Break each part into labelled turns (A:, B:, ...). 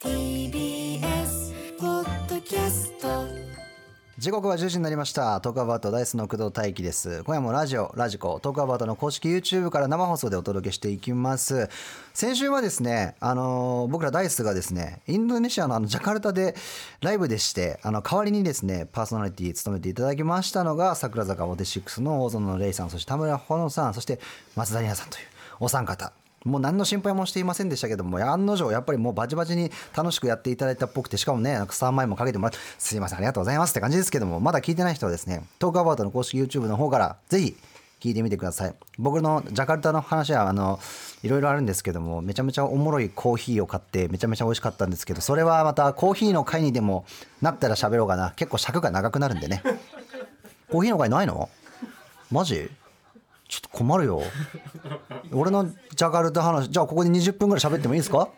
A: TBS ポッドキャスト
B: 時刻は10時になりましたトークアバートダイスの工藤大輝です今夜もラジオラジコトークアバートの公式 YouTube から生放送でお届けしていきます先週はですねあのー僕らダイスがですねインドネシアのあのジャカルタでライブでしてあの代わりにですねパーソナリティ務めていただきましたのが桜坂46の大園レイさんそして田村穂乃さんそして松田里奈さんというお三方もう何の心配もしていませんでしたけども、案の定、やっぱりもうバチバチに楽しくやっていただいたっぽくて、しかもね、なんか3万円もかけてもらって、すいません、ありがとうございますって感じですけども、まだ聞いてない人はですね、トークアバートの公式 YouTube の方から、ぜひ聞いてみてください。僕のジャカルタの話は、あの、いろいろあるんですけども、めちゃめちゃおもろいコーヒーを買って、めちゃめちゃ美味しかったんですけど、それはまたコーヒーの会にでもなったら喋ろうかな。結構尺が長くなるんでね。コーヒーの会ないのマジちょっと困るよ。俺のジャカルタ話じゃあここで20分ぐらい喋ってもいいですか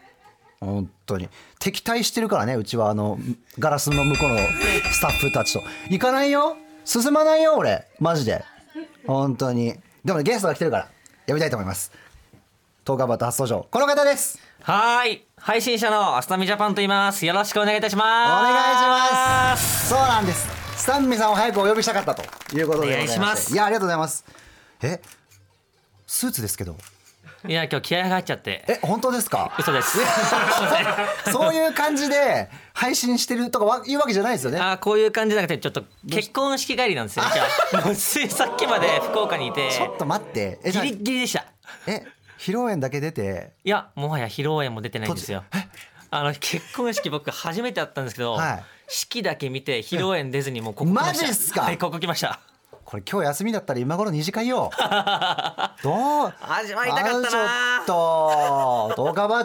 B: 本当に敵対してるからねうちはあのガラスの向こうのスタッフたちと行かないよ進まないよ俺マジで本当にでもねゲストが来てるからやりたいと思います東海バート初登場この方です
C: はーい配信者のアスタミジャパンと言いますよろしくお願いいたし
B: お
C: ます
B: 願いしますそうなんですスタンミさんを早くお呼びしたかったということでございま
C: お願いします
B: いやありがとうございますえスーツですけど
C: いや今日気合が入っちゃって
B: え本当ですか
C: 嘘です
B: そういう感じで配信してるとかわいうわけじゃないですよね。
C: あーこういう感じじゃなくてちょっと結婚式帰りなんですよ今日もうついさっきまで福岡にいて
B: ちょっと待って。え、じ
C: ギ
B: ゃあ
C: リギリでした
B: え、披露宴だけ出て、
C: いやもはや披露宴も出てないんですよあの結婚式僕初めてだったんですけど、
B: はい
C: 式だけ見て披露宴出ずにもうここ来ました
B: マジっすか
C: はいここ来ました
B: これ今日休みだったら今頃二次会 よ。どう
C: 味わいたかったな
B: あちょっと、どうかバー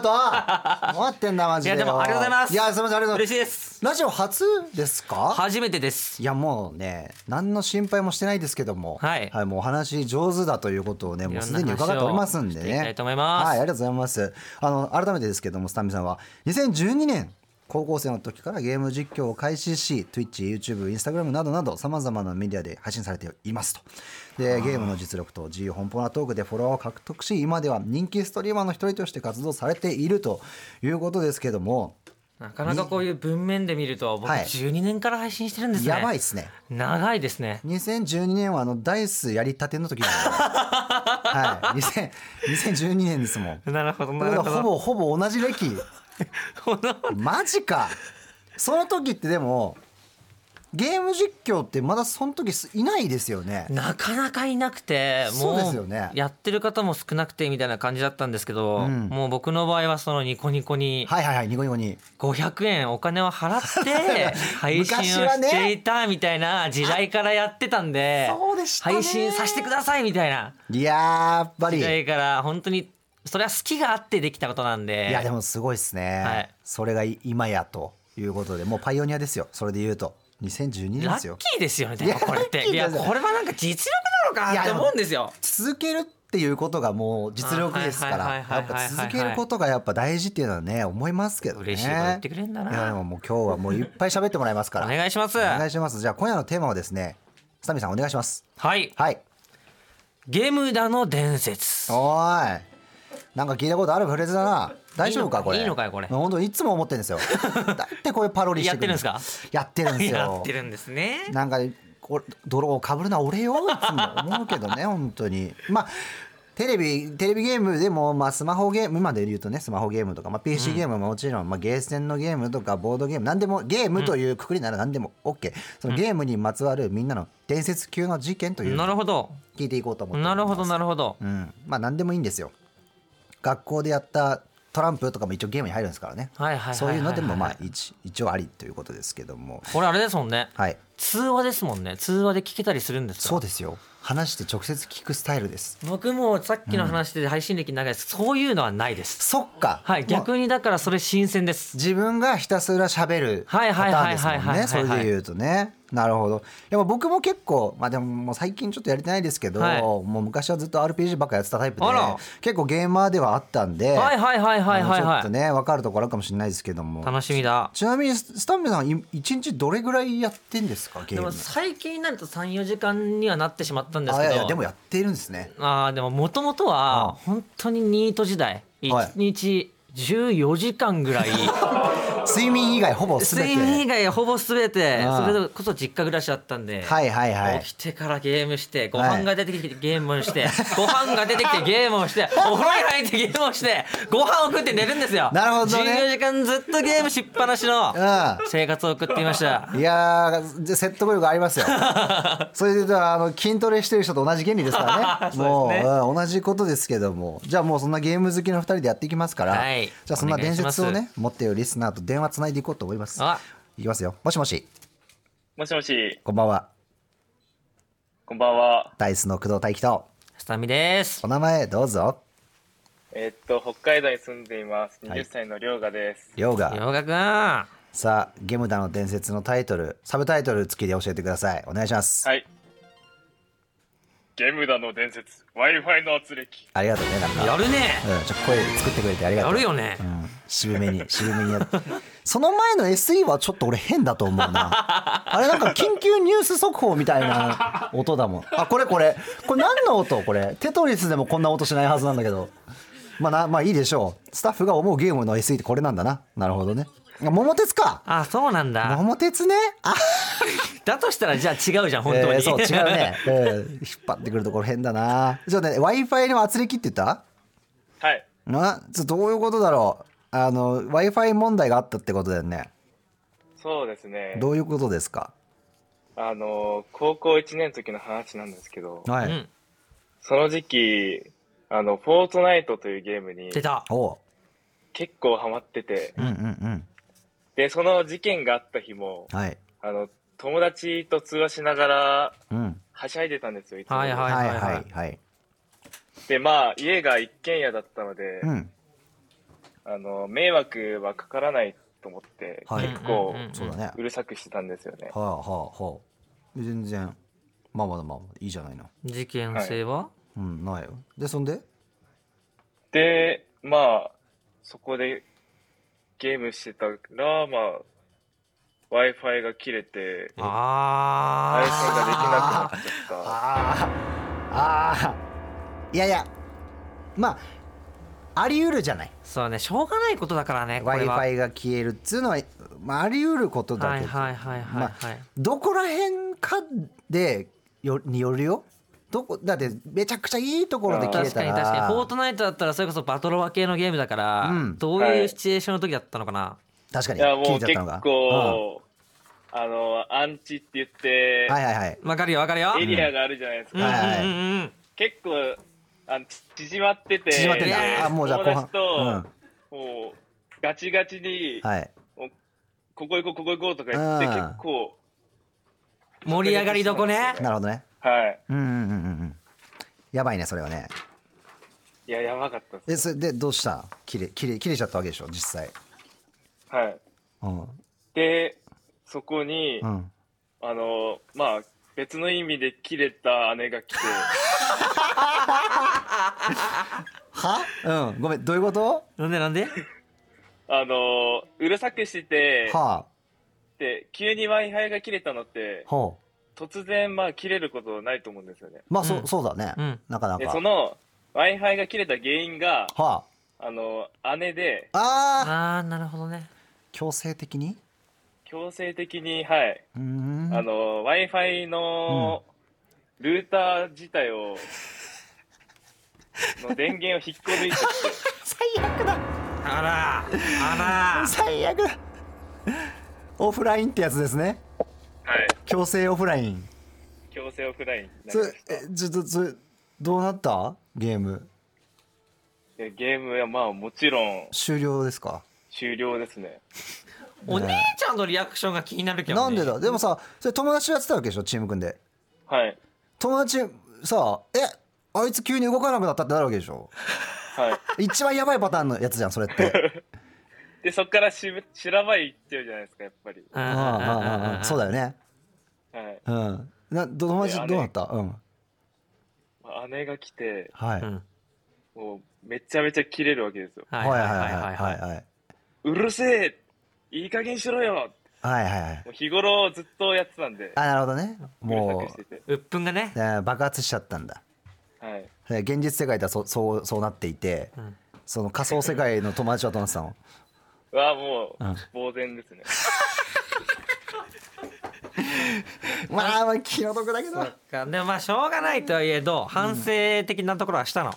B: ト待ってんだ、マジでよ。
C: いやでもありがとうございます
B: いや、すみません、ありがとうございま
C: 嬉しいです
B: す。ラジオ初ですか
C: 初めてです
B: いやもうね何の心配もしてないですけども、
C: はい
B: もうお話上手だということをねもうすでに伺っておりますんで
C: いろんな話をしていきた
B: ね
C: いと思います
B: はいありがとうございますあの改めてですけどもスタミさんは2012年高校生の時からゲーム実況を開始し Twitch、YouTube、Instagram などなどさまざまなメディアで配信されていますとでゲームの実力と自由奔放なトークでフォロワーを獲得し今では人気ストリーマーの一人として活動されているということですけども
C: なかなかこういう文面で見ると僕
B: はい
C: 12年から配信してるんですね、
B: やばいですね
C: 長いですね
B: 2012年はあのダイスやりたての時なんではい、2000 2012年ですもん。
C: なるほど
B: だか
C: なる
B: ら
C: ほど
B: ほぼほぼ同じ 歴。マジか。その時ってでもゲーム実況ってまだその時すいないですよね。
C: なかなかいなくて
B: そうで
C: も
B: すよね
C: やってる方も少なくてみたいな感じだったんですけど、
B: ん
C: もう僕の場合はそのニコニコに
B: はいはいはいニコニコに。
C: 500円お金を払って 配信を
B: 昔はね
C: していたみたいな時代からやってたんで
B: あそうでしたね
C: 配信させてくださいみたいない
B: やーやっぱり。
C: 時
B: い
C: 代から本当にそれは好きがあってできたことなんで
B: やでもすごいですね。
C: はい
B: それが今やということでもうパイオニアですよ。それで言うと2012年
C: ラ
B: で
C: ッ
B: す
C: キ
B: よ。
C: ーですよねで
B: いや
C: もこれって
B: ラッキーで
C: い
B: すよ
C: やこれはなんか実力なのかって思うんですよ
B: 続けるっていうことがもう実力ですから
C: あはいはいは
B: や
C: い
B: っ
C: はいはい
B: ぱ続けることがやっぱ大事っていうのはね思いますけどね
C: 嬉しいこと言ってくれんだない
B: やでももう今日はもういっぱい喋ってもらいますか
C: お
B: ら
C: 願いします
B: お願いしますじゃあ今夜のテーマはですねスタミさんお願いします
C: はい
B: はい
C: ゲームだの伝説
B: おーいなんか聞いたことあるフレーズだな大丈夫かこれ
C: いいのかいいのかよこれ
B: 本当いつも思ってるんです よだってこういうパロリしてく
C: やってるんです
B: かやってるんですよ
C: やってるんですね
B: なんかこう泥をかぶるのは俺よいつも思うけどね本当にまあテレビテレビゲームでも、まあ、スマホゲーム今で言うとねスマホゲームとか、まあ、PC ゲームももちろん、まあ、ゲーセンのゲームとかボードゲーム何でもゲームというくくりなら何でも OK、そのゲームにまつわるみんなの伝説級の事件というの
C: な
B: を
C: るほど
B: 聞いていこうと思っておりま
C: な
B: す
C: るほどなるほど
B: うん、まあ何でもいいんですよ学校でやったトランプとかも一応ゲームに入るんですからね
C: はいはいはいはいはい
B: そういうのでもまあ一一応ありということですけども
C: これあれですもんね
B: はい
C: 通話ですもんね通話で聞けたりするんですか
B: そうですよ話して直接聞くスタイルです
C: 僕もさっきの話で配信歴長いです、そういうのはないです
B: そっか
C: はい逆
B: に
C: にだからそれ新鮮です
B: 自分がひたすら喋るパ
C: はい
B: タ
C: はい
B: ーン
C: はい
B: ですも
C: はい
B: んねそれ
C: はい
B: で言うとねなるほどやっぱ僕も結構まあでももう最近ちょっとやれてないですけど、
C: はい
B: もう昔はずっと RPG ばっかやってたタイプで
C: あら
B: 結構ゲーマーではあったんで、
C: はいはいはいはいは
B: あの
C: い
B: ちょ
C: は
B: っと
C: い、
B: ね分かるところあるかもしれないですけども
C: 楽しみだ
B: ちなみにススタンベさんい一日どれぐらいやってんですかゲ
C: で
B: ーム
C: も最近になると34時間にはなってしまったんです
B: あ
C: け
B: い
C: ど
B: やいやでもやってるんですね
C: あーでももともと
B: うん
C: は本当にニート時代
B: はい
C: 1日14時間ぐらい
B: 睡眠以外ほぼ 全て
C: 睡眠以外ほぼ全て
B: うん
C: それこそ実家暮らしだったんで、
B: はいはいはい
C: 起きてからゲームしてご
B: はい
C: 飯が出てきてゲームをして、 ご飯が出てきてゲームをしてお風呂に入ってゲームをしてご飯を食って寝るんですよ
B: なるほどね
C: 14時間ずっとゲームしっぱなしの
B: う
C: 生活を送っていました
B: いやーで説得力あり ますよそれで言うとあの筋トレしてる人と同じ原理ですからね
C: そうですね
B: もう、うん同じことですけどもじゃあもうそんなゲーム好きの2人でやっていきますから、
C: はい
B: じゃあそんな伝説を
C: お願い
B: ね持っているリスナーと電話つないでいこうと思います
C: あ
B: いきますよもしもし
D: もしもし、
B: こんばんは
D: こんばんは。
B: ダイスの工藤大樹と
C: スタミです
B: お名前どうぞ
D: えーっと、北海道に住んでいます。
B: はい
D: 20歳の涼河です。
B: ヨウガ
C: 洋楽は
B: さあゲムダの伝説のタイトルサブタイトル付きで教えてくださいお願いします、
D: はい。ゲムダの伝説、Wi-Fi の圧力。
B: ありがとうねなんか
C: やるね
B: うん、ちょっと声作ってくれてありがと
C: や
B: う
C: るよね
B: うん、渋めに渋めにやってその前の SE はちょっと俺変だと思うなあれなんか緊急ニュース速報みたいな音だもんあこれこれこれ何の音これテトリスでもこんな音しないはずなんだけどまあなまあいいでしょうスタッフが思うゲームの SE ってこれなんだななるほどねあ桃鉄か
C: あそうなんだ
B: 桃鉄ねあ
C: だとしたらじゃあ違うじゃん本当に、
B: えーそう違う ね、えー引っ張ってくるところ変だなちょっとね w i f i の圧力って言った
D: はい。
B: なちょっとどういうことだろうあの w i f i 問題があったってことだよね
D: そうですね。
B: どういうことですか
D: あのー、高校1年の時の話なんですけど、
B: は
C: うん、
D: その時期、あの、フォートナイトというゲームに
C: 出た
B: おう
D: 結構ハマってて、
B: うんうんうん
D: で、その事件があった日も、
B: はい
D: あの、友達と通話しながら、
B: うん
D: はしゃいでたんですよ、いつも
C: はいはい
B: はいはいはい
D: で、まあ、家が一軒家だったので、
B: うん
D: あの迷惑はかからないと思って、
B: はい
D: 結構
C: うんうんうん
B: そうだね
D: うるさくしてたんですよね、
B: はあはあはあで全然まあまあまあいいじゃないの
C: 事件性は、
B: うんないよでそんで
D: でまあそこでゲームしてたらまあ w i f i が切れて配
C: あ
D: 信ができなくなっちゃっ
B: ああああいやいやまああり得るじゃない
C: ーそうねしょうがないことだからねこ
B: w i
C: れ
B: f
C: は
B: i が消えるっつうのは、まあ、あり得ることだ
C: は
B: け
C: い
B: ど、
C: はいはいはい
B: ま
C: はい、
B: どこら辺かでよによるよどこだってめちゃくちゃいいところで消え
C: 確
B: た
C: からに確かにフォートナイトだったらそれこそバトロワ系のゲームだから、
B: うん
C: どういうシチュエーションの時だったのかな、
B: 確か
D: たい
B: に
D: や
B: 消え
D: もう
B: ちゃったの
D: 結
B: が
D: 構、あのアンチって言って
B: うん、はいはいはい
C: わかるよわかるよ、
D: エリアがあるじゃないです
C: うん
D: か、
C: うん
B: はいはい
C: うんうん
D: 結構あのち縮まってて
B: 縮まってん
C: え
B: だ
C: ー
B: あもうじゃあ後半
D: 友達と、もうガチガチに、
B: うんはい
D: ここ行こう、ここ行こうとか言って、
B: うん
D: 結構、
C: 盛り上がりどこね
B: なるほどね
D: はい。
B: うんうんうんうんうんやばいねそれはね
D: いや、やばかったです。
B: えそれでどうした切れ切れ切れちゃったわけでしょ実際
D: はい。
B: うん
D: で、そこに、
B: うん
D: あの、まあ、別の意味で切れた姉が 来て、
B: はうんごめんどういうこと
C: なんでなんで
D: あの、うるさくしてて、
B: はあ
D: で、急に Wi-Fi が切れたのって、
B: ほう
D: 突然、まあ、切れることないと思うんですよね。
B: まあそ,、
C: う
B: うんそうだね、
C: うん
B: なかな
D: で、
B: か
D: その、Wi-Fi が切れた原因が、
B: は
D: あの、姉で、
B: あああ
C: ああなるほどね
B: 強制的に
D: 強制的に、はい、
B: うーん
D: あの、Wi-Fi のルーター自体を、の電源を引っこ抜いてきて、
B: 最悪だ
C: あら あ
B: 最悪だオフラインってやつですね
D: はい、
B: 強制オフライン
D: 強制オフラインになり
B: そ
D: ま
B: れ
D: した。
B: えちょっとそれどうなったゲーム
D: でゲームはまあもちろん
B: 終了ですから
D: 終了ですね。
C: らお姉ちゃんのリアクションが気になるけど、
B: なん
C: ね、
B: でだでもさそれ友達とやってたわけでしょチーム組んで
D: はい。
B: 友達さえあいつ急に動かなくなったってなるわけでしょ
D: は
B: 一番やばいパターンのやつじゃんそれ って
D: い。で、そっからしぶ修羅場へ行っちゃうじゃないですか、やっぱり。
C: う
B: うんんう
C: う
B: ん
C: んうん
B: うんうんそうだよね
D: はい。
B: うんなど友達
D: いや
B: どう
D: あれ
B: なったうん
D: まあ姉が来て、
B: はい、
C: うん
D: もうめちゃめちゃ切れるわけですよ。
C: は
B: はいい
C: は
B: はいい
C: は
B: はいい
C: はいは
B: はいいはい。
D: うるせえいい加減しろよ
B: はいはいはい。
D: もう日頃ずっとやってたんで、
B: あ、なるほどね。
D: うる
B: も
D: さくしてて。
C: うっぷんがね
B: う、えー爆発しちゃったんだ。
D: はい。
B: えー現実世界ではそそうそうなっていて、
C: うん
B: その仮想世界の友達はどうなってた の
D: うわもう、
B: うん
D: 呆然ですね。
B: まあまあ気の毒だけど。
C: でもまあしょうがないとはいえど反省的なところはしたの、
B: ね、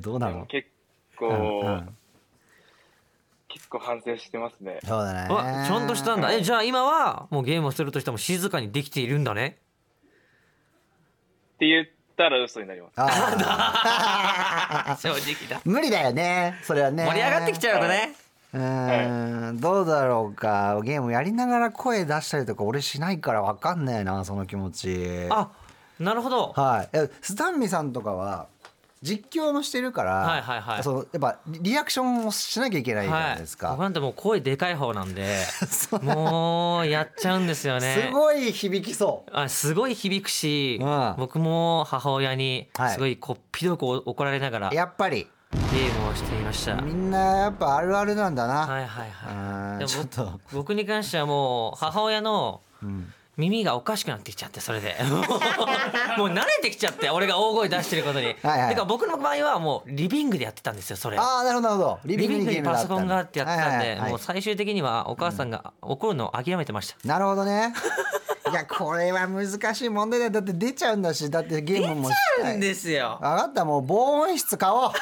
B: どうな
D: でも
B: の
D: 結
B: うんう
D: 構、
B: ん
D: 結構反省してますね。
B: そうだね
C: うわちゃんとしたんだえじゃあ今はもうゲームをするとしても静かにできているんだね
D: って言ったら嘘になります。
B: あ
C: 正直だ
B: ー無理だよねそれはね
C: 盛り上がってきちゃうとね
B: うーんどうだろうかゲームやりながら声出したりとか俺しないから分かんないなその気持ち
C: あなるほど
B: はい、えスタンミさんとかは実況もしてるから、
C: はいはいはい
B: そのやっぱリリアクションをしなきゃいけないじゃないですか、
C: 僕なんてもう声でかい方なんで
B: そう
C: もうやっちゃうんですよね
B: すごい響きそう
C: あすごい響くし、
B: うん
C: 僕も母親に
B: はい
C: すごいこっぴどくお怒られながらゲ
B: やっぱり
C: ームをしていました。
B: みんなやっぱあるあるなんだな、
C: はいはいは
B: あー
C: い。でも
B: ちょっと
C: 僕僕に関してはもう母親の耳がおかしくなってきちゃってそれで もう慣れてきちゃって俺が大声出してることに。
B: はいはい
C: てか僕の場合はもうリビングでやってたんですよそれを。
B: ああなるほどなるほどリ
C: リビング
B: ゲー
C: に
B: ム
C: パ
B: があ
C: ソコンがあってやってたん
B: はい
C: で
B: はいはい
C: もう最終的にはお母さんが怒るのを諦めてました。
B: なるほどね いやこれは難しい問題だよだって出ちゃうんだしだってゲームもしたい
C: ですよ。
B: 分かったもう防音室買 おう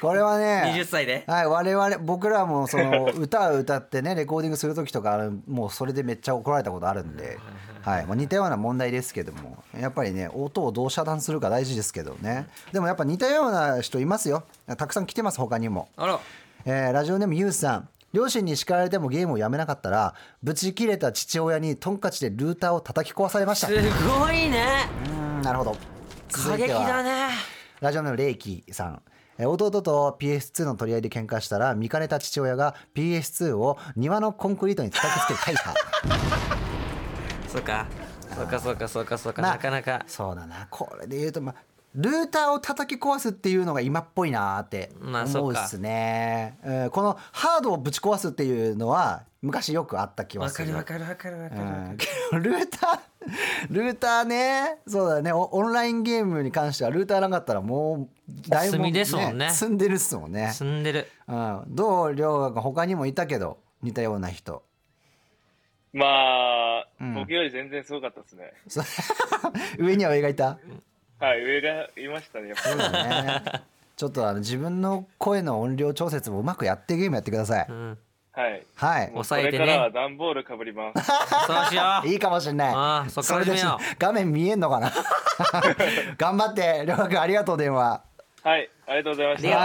B: これはね
C: 20歳で。
B: はい、我々僕らもその歌を歌ってねレコーディングする時とかあのもうそれでめっちゃ怒られたことあるんで、はいまあ、似たような問題ですけどもやっぱりね音をどう遮断するか大事ですけどねでもやっぱ似たような人いますよたくさん来てます他にも、
C: あら。
B: えーラジオネームゆうさん両親に叱られてもゲームをやめなかったらブチ切れた父親にトンカチでルーターを叩き壊されました
C: すごいね。
B: うんなるほど
C: 過
B: 続い
C: 激
B: ては
C: だね。
B: ラジオネームレイキーさん。えー弟と PS2 の取り合いで喧嘩したら見かねた父親が PS2 を庭のコンクリートに叩きつける大破
C: そうか。そうかそうかそうか そうか。
B: な
C: なかなか。
B: そうだなこれで言うと、まあ、ルーターを叩き壊すっていうのが今っぽいなーって
C: まあそ
B: 思
C: う
B: う
C: か
B: っすね、えーこのハードをぶち壊すっていうのは昔よくあった気は
C: わ
B: す
C: か
B: る
C: るわかるわかるわかる。
B: うんけど ルータールーターねそうだねおオンラインゲームに関してはルーターなかったらもうだいぶ
C: お墨ですもんね
B: 住んでるっすもんね
C: 住んで る。
B: うん、同僚が他にもいたけど似たような人
D: まあ、
B: うん
D: 僕より全然すごかったですね。
B: そう上には上がいた
D: はい、上がいましたね、やっぱ
B: そうだねちょっとあの自分の声の音量調節もうまくやってゲームやってください、
C: うん。
D: はい。
B: はい
D: もうこ
C: 抑え
D: れ
C: てね
D: からは段ボールかぶります。
C: そうしよう。
B: いいかもしれない
C: あーそっから始め
B: そ
C: よう
B: れで画面見えんのかな 頑張ってりょうくんありがとう電話
D: はい、ありがとうございまし
C: あ
D: た。
C: りが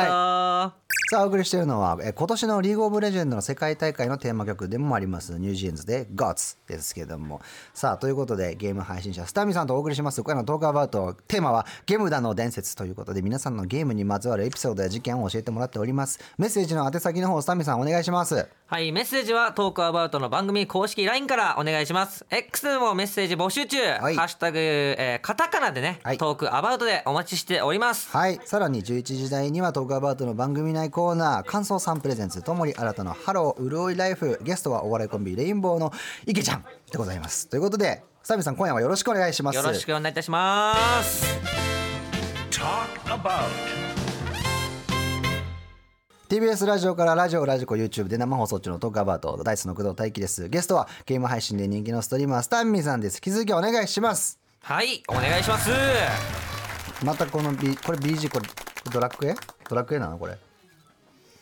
B: さあお送りしているのは、えー今年のリーグオブレジェンドの世界大会のテーマ曲でもありますニュージーンズで Gods ですけどもさあということでゲーム配信者スタミさんとお送りします今夜のトークアバウトテーマはゲームだの伝説ということで皆さんのゲームにまつわるエピソードや事件を教えてもらっておりますメッセージの宛先の方スタミさんお願いします
C: とう。はい、メッセージはトークアバウトの番組公式 LINE からお願いします。X でもメッセージ募集中。
B: はい
C: ハッシュタグ、えーカタカナでね、
B: はい
C: トークアバウトでお待ちしております。
B: はいさらに11時台にはトークアバウトの番組内コーナー「感想さんプレゼンツともり新たのハローうるおいライフ」ゲストはお笑いコンビレインボーの池ちゃんでございますということでスタミさん今夜はよろしくお願いします
C: よろしくお願いいたします。
B: TBS ラジオからラジオラジコ YouTube で生放送中のトークアバートダイスの工藤大輝ですゲストはゲーム配信で人気のストリーマースタンミーさんです引き続きお願いします
C: はい、お願いします。
B: またこの、B、これ BG これドラクエドラクエなのこれ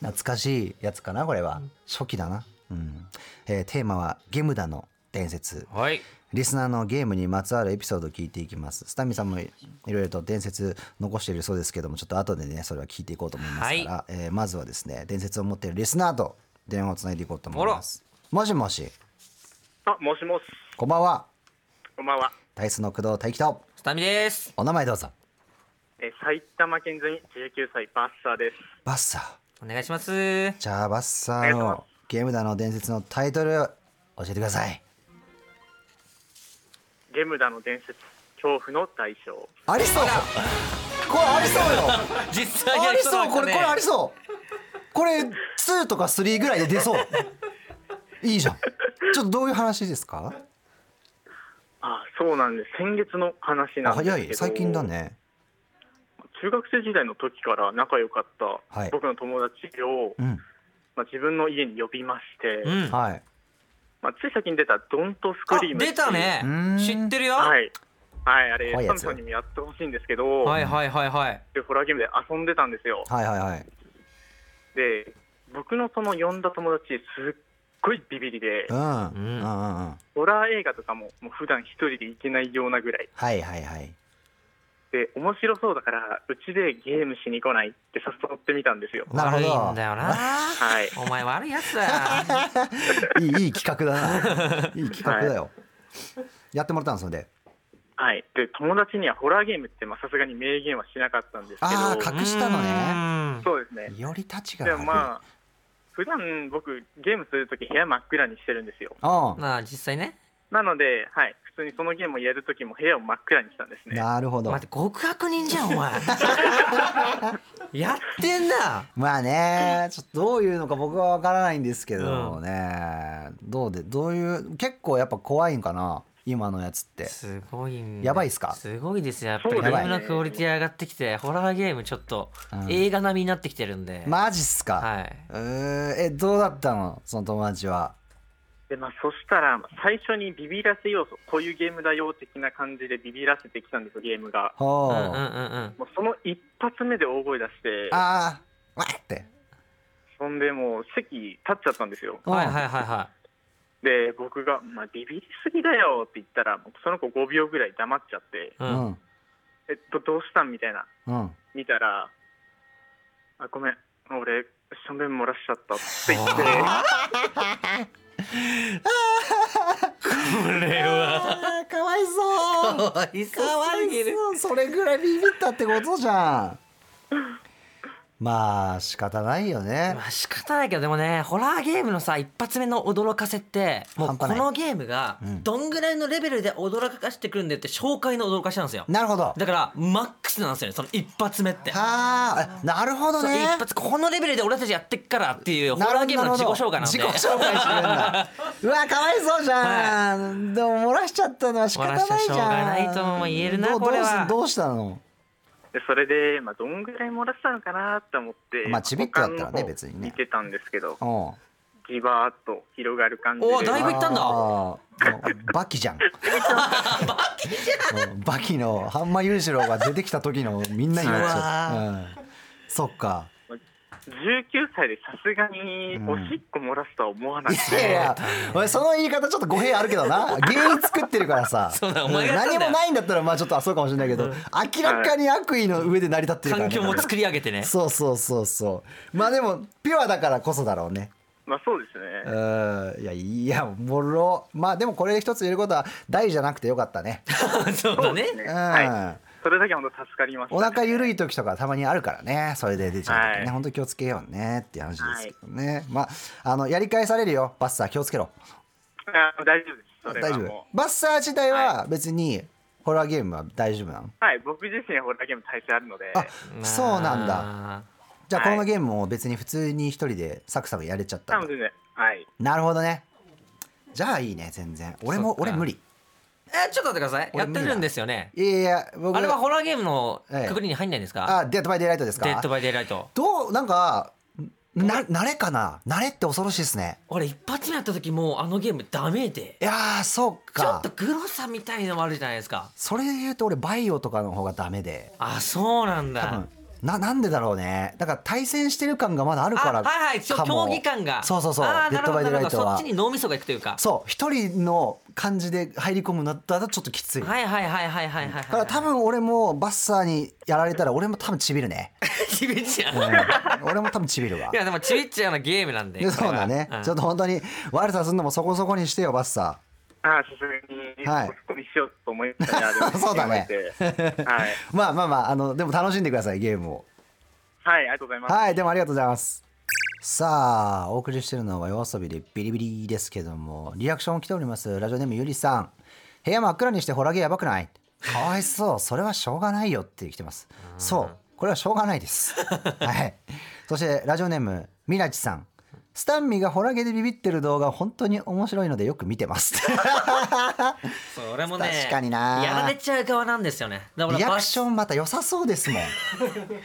B: 懐かしいやつかなこれは初期だなうん、えーテーマはゲムダの伝説
C: はい。
B: リスナーのゲームにまつわるエピソードを聞いていきますスタミさんもいいろいろと伝説残しているそうですけどもちょっと後でねそれは聞いていこうと思いますから、えーまずはですね伝説を持っているリスナーと電話をつないでいこうと思いますもしもし
E: あ、もしもし。
B: こんばんは
E: こんばんは。
B: ダイスの工藤大輝と
C: スタミです。
B: お名前どうぞ
E: えー埼玉県住み19歳バッサーです。
B: バッサ
C: お願いします。
B: ーじゃあバッサーのゲームだの伝説のタイトル教えてください
E: ゲムダの伝説恐怖の代償。
B: ありそうこれありそうよ
C: 実際に
B: あ
C: や
B: り
C: る人
B: そうこれこれありそうこれ2とか3ぐらいで出そういいじゃんちょっとどういう話ですか
E: あ、そうなんです。先月の
B: あ
E: 話なんですけど。
B: 早い最近だ。ね
E: 中学生時代の時から仲良かっ
B: は
E: た
B: い
E: 僕の友達を、
B: うん
E: まあ自分の家に呼びまして、
C: だよね。
B: はい
E: まあつい先に出たドントスクリー
C: うん。あ
E: ム。
C: 出た。
B: う
C: ね
B: ん。
C: 知ってるよ。は
E: はいい。はい、あれ、
B: 怖い
E: ス
B: や
E: タ
B: つ
E: ムさんにもやってほしいんですけど、
C: はいはいはい。
E: でホラーゲームで遊んでたんですよ。
B: はいはいはい
E: で、僕のその呼んだ友達、すっごいビビりで
B: う、ん
C: う
B: うんんうんうん
E: ホラー映画とかももう普段一人で行けないようなぐらい。
B: はいはいはい
E: で面白そうだからうちでゲームしに来ないって 誘ってみたんですよ
B: なるほど
C: 悪いんだよな。
E: はい
C: お前悪いやつだよ。
B: いいいい企画だ ないい企画だよ、やってもらったんですので
E: はいで友達にはホラーゲームってまあさすがに明言はしなかったんですけ
B: あー
E: ど
B: 隠したのね
C: ね。
E: そうですね
B: よりたちが
E: で
B: 悪い
E: もまあ普段僕ゲームするとき部屋真っ暗にしてるんですよ
B: あ
C: まあ実際ね。
E: なのではい普通にそのゲームをやるときも部屋を真っ暗にしたんですね
B: なるほど
C: 待って極悪人じゃん お前。やってんな。
B: まあねちょっとどういうのか僕はわからないんですけどね、どうでどういう結構やっぱ怖いんかな今のやつって
C: すごいんだ
B: やばいっすか
C: すごいですよやっぱり
E: そう
C: ゲ
E: ですね
C: ームのクオリティ上がってきてホラーゲームちょっと
B: うん
C: 映画並みになってきてるんで、
B: マジっすか、
C: はい、
B: うーえどうだったのその友達は
E: でまあそしたらまあ最初にビビらせ要素こういうゲームだよ的な感じでビビらせてきたんですよゲームが
B: ほ
C: う
B: う、
C: んうんうん
B: あ
C: うん
E: もうその一発目で大声出して
B: あーわーって
E: そんでもう席立っちゃったんですよ
C: はいはいはいは
E: で僕が「まあ、ビビりすぎだよ」って言ったらもうその子5秒ぐらい黙っちゃって
C: い、う、
B: うんん
E: 「えっとどうしたん?」みたいな
B: うん
E: 見たら「あごめん俺しょんべん漏らしちゃった」って言って
B: あーかわいそう
C: かわいそう
B: そうそれぐらいビビったってことじゃんまあ仕方ないよね
C: まあ仕方ないけどでもねホラーゲームのさ一発目の驚かせってもう
B: 半
C: こ
B: 端ない
C: のゲームが
B: うん
C: どんぐらいのレベルで驚かしてくるんだよって紹介の驚かしなんですよ
B: なるほどは
C: だからマックスなんですよねその一発目って
B: あなるほど
C: そう
B: ね
C: 一発このレベルで俺たちやってっからっていうホ
B: なる
C: ラ
B: ほど
C: ーゲームの自己紹介なん
B: 自
C: で
B: 己紹介してくれるん だうわかわいそうじゃん、でも漏らしちゃったのは仕方ないじゃん
C: 漏らしちゃしょうがないとも言えるな
B: どう
C: これ
B: どう
C: は
B: すどうしたの
E: でそれで、まあ、どんぐらい漏らしたのかなって思って
B: まあちびっこだったらね
E: 他の方
B: 別にね
E: 見てたんですけど
B: おう
E: じわーっと広がる感じで
C: おーだいぶいったんだ
B: あーバキじゃ んバキじゃんバキの半間裕次郎が出てきた時のみんなになっちゃう、うん、そっか
E: 19歳でさすがにおしっこ漏らすとは思わない、
B: いやいや俺その言い方ちょっと語弊あるけどな原因作ってるからさ
C: そうだお前がやったんだ
B: 何
C: よ
B: もないんだったらまあちょっとあそうかもしれないけど明らかに悪意の上で成り立ってるから、
C: 環
B: ね、
C: 境も作り上げてね
B: そうそうそうそうまあでもピュアだからこそだろうね
E: まあそうですね、
B: うんいやいやおもろまあでもこれ一つ言えることは大じゃなくてよかったね
C: そうだね
E: ね
B: うん、
E: はい、それだけ本当助かりました
B: お腹ゆるい時とかたまにあるからねそれで出ちゃう時ね、
E: はい
B: 本当気をつけようねっていう話ですけどね、まああのやり返されるよバッサー気をつけろ
E: あ大丈夫ですそれ
B: 大
E: は
B: 丈
E: も
B: 夫バッサー自体は別にホラーゲームは大丈夫なの
E: うはい僕自身はホラーゲーム耐性あるので
B: あそうなんだ
C: だ
B: じゃあ
E: は
B: こ
E: い
B: のゲームも別に普通に一人でサクサクやれちゃったん
E: 多
B: だ
E: 分全然はい
B: なるほどねじゃあいいね全然俺
C: そ
B: も
C: っか
B: 俺無理
C: えちょっと待ってくださいや
B: 俺
C: っ
B: 無
C: て
B: 理だ
C: るんですよね
B: いやいや僕
C: あれはホラーゲームの
B: ええ
C: くくりに入んないんですか、
B: あデッドバイデイライトですか
C: デッドバイデイライト
B: どうなんかな慣れかな慣れって恐ろしいですね
C: 俺一発目やった時もうあのゲームダメで
B: いやーそう
C: ちょっ
B: か
C: とグロさみたいのもあるじゃないですか
B: それで言うと俺バイオとかの方がダメで
C: あそうなん
B: 多
C: だ
B: 分ななんでだろうねだから対戦してる感がまだある
C: あ
B: から
C: はいはいそう
B: かも
C: 競技感が
B: そうそうそう
C: あー
B: デッ
C: なる
B: ド
C: ほ
B: バ
C: ど
B: イデイ
C: な
B: ライ
C: るほど
B: ト
C: そっ
B: は
C: ちに脳みそがいくというか
B: そう一人の感じで入り込むのだとちょっときついだ
C: はいはいはいはいはいはいはい
B: から多 分俺もバッサーにやられたら俺も多分ちびるね、
C: ちびっちゃ
B: う
C: う
B: ん
C: い
B: 俺も多分ちびるわ
C: やでもちびっちゃうのゲームなんで
B: でそうだね、
C: これはうん
B: ちょっと本当に悪さするのもそこそこにしてよバッサ
E: ああ、さすがに、
B: はい
E: コスコミしようと思いましたね、あれ は
B: そうだね
E: やめてはい。
B: まあまあまああのでも楽しんでくださいゲームを
E: はい、ありがとうございます。
B: はい、どうもありがとうございます。さあ、お送りしているのは夜遊びでビリビリですけども、リアクション来ております。ラジオネームゆりさん。部屋真っ暗にしてホラゲーやばくないかわいそう。それはしょうがないよって来てます。そう、これはしょうがないです。はい。そして、ラジオネーム、みなちさん。スタンミがホラゲーでビビってる動画本当に面白いのでよく見てます。
C: そう俺もね
B: 確かにな
C: やられちゃう側なんですよねだから
B: リア
C: バ
B: ク
C: シ
B: ションまた良さそうですもん。